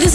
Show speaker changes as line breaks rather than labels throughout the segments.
this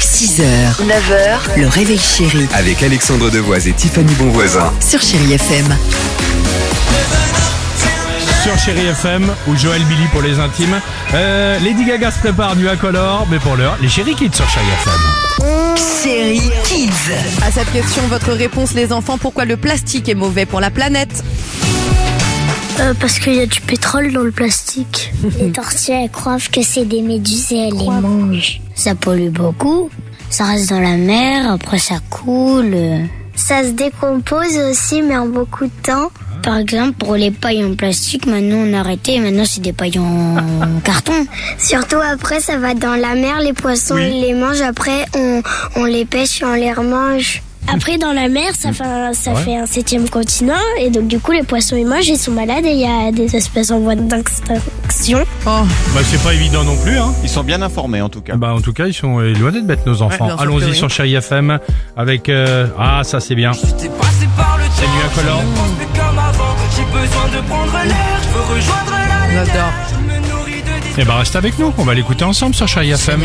6h, 9h, le réveil chéri
avec Alexandre Devoise et Tiffany Bonvoisin.
sur Chérie FM.
sur Chéri FM ou Joël Billy pour les intimes. Euh, Lady Gaga se prépare du Acolor, mais pour l'heure, les Chéri Kids sur Chéri FM.
Chérie Kids.
À cette question, votre réponse, les enfants, pourquoi le plastique est mauvais pour la planète
Euh, parce qu'il y a du pétrole dans le plastique.
Les tortues, elles croient que c'est des méduses et elles les mangent.
Ça pollue beaucoup. Ça reste dans la mer, après ça coule.
Ça se décompose aussi, mais en beaucoup de temps.
Par exemple, pour les pailles en plastique, maintenant on a arrêté, maintenant c'est des pailles en carton.
Surtout après, ça va dans la mer, les poissons, ils les mangent. Après, on, on les pêche et on les remange.
Après, dans la mer, ça fait un, ça
Ouais.
fait un septième continent, et donc du coup, les poissons ils mangent, ils sont malades, et il y a des espèces en voie d'extinction.
Oh,
Bah, c'est pas évident non plus, hein.
Ils sont bien informés en tout cas.
Bah, en tout cas, ils sont éloignés de bêtes, nos enfants.
bien sûr que
Allons-y
oui.
sur Chéri FM avec, euh, ah, ça c'est bien. C'est du Acolor.
J'adore.
Et bah, reste avec nous. On va l'écouter ensemble sur Chéri FM.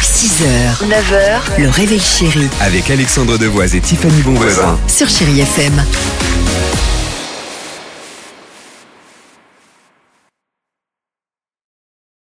6h, 9h, le réveil chéri
Avec Alexandre Devoise et Tiffany Bonvoisin.
sur Chérie FM.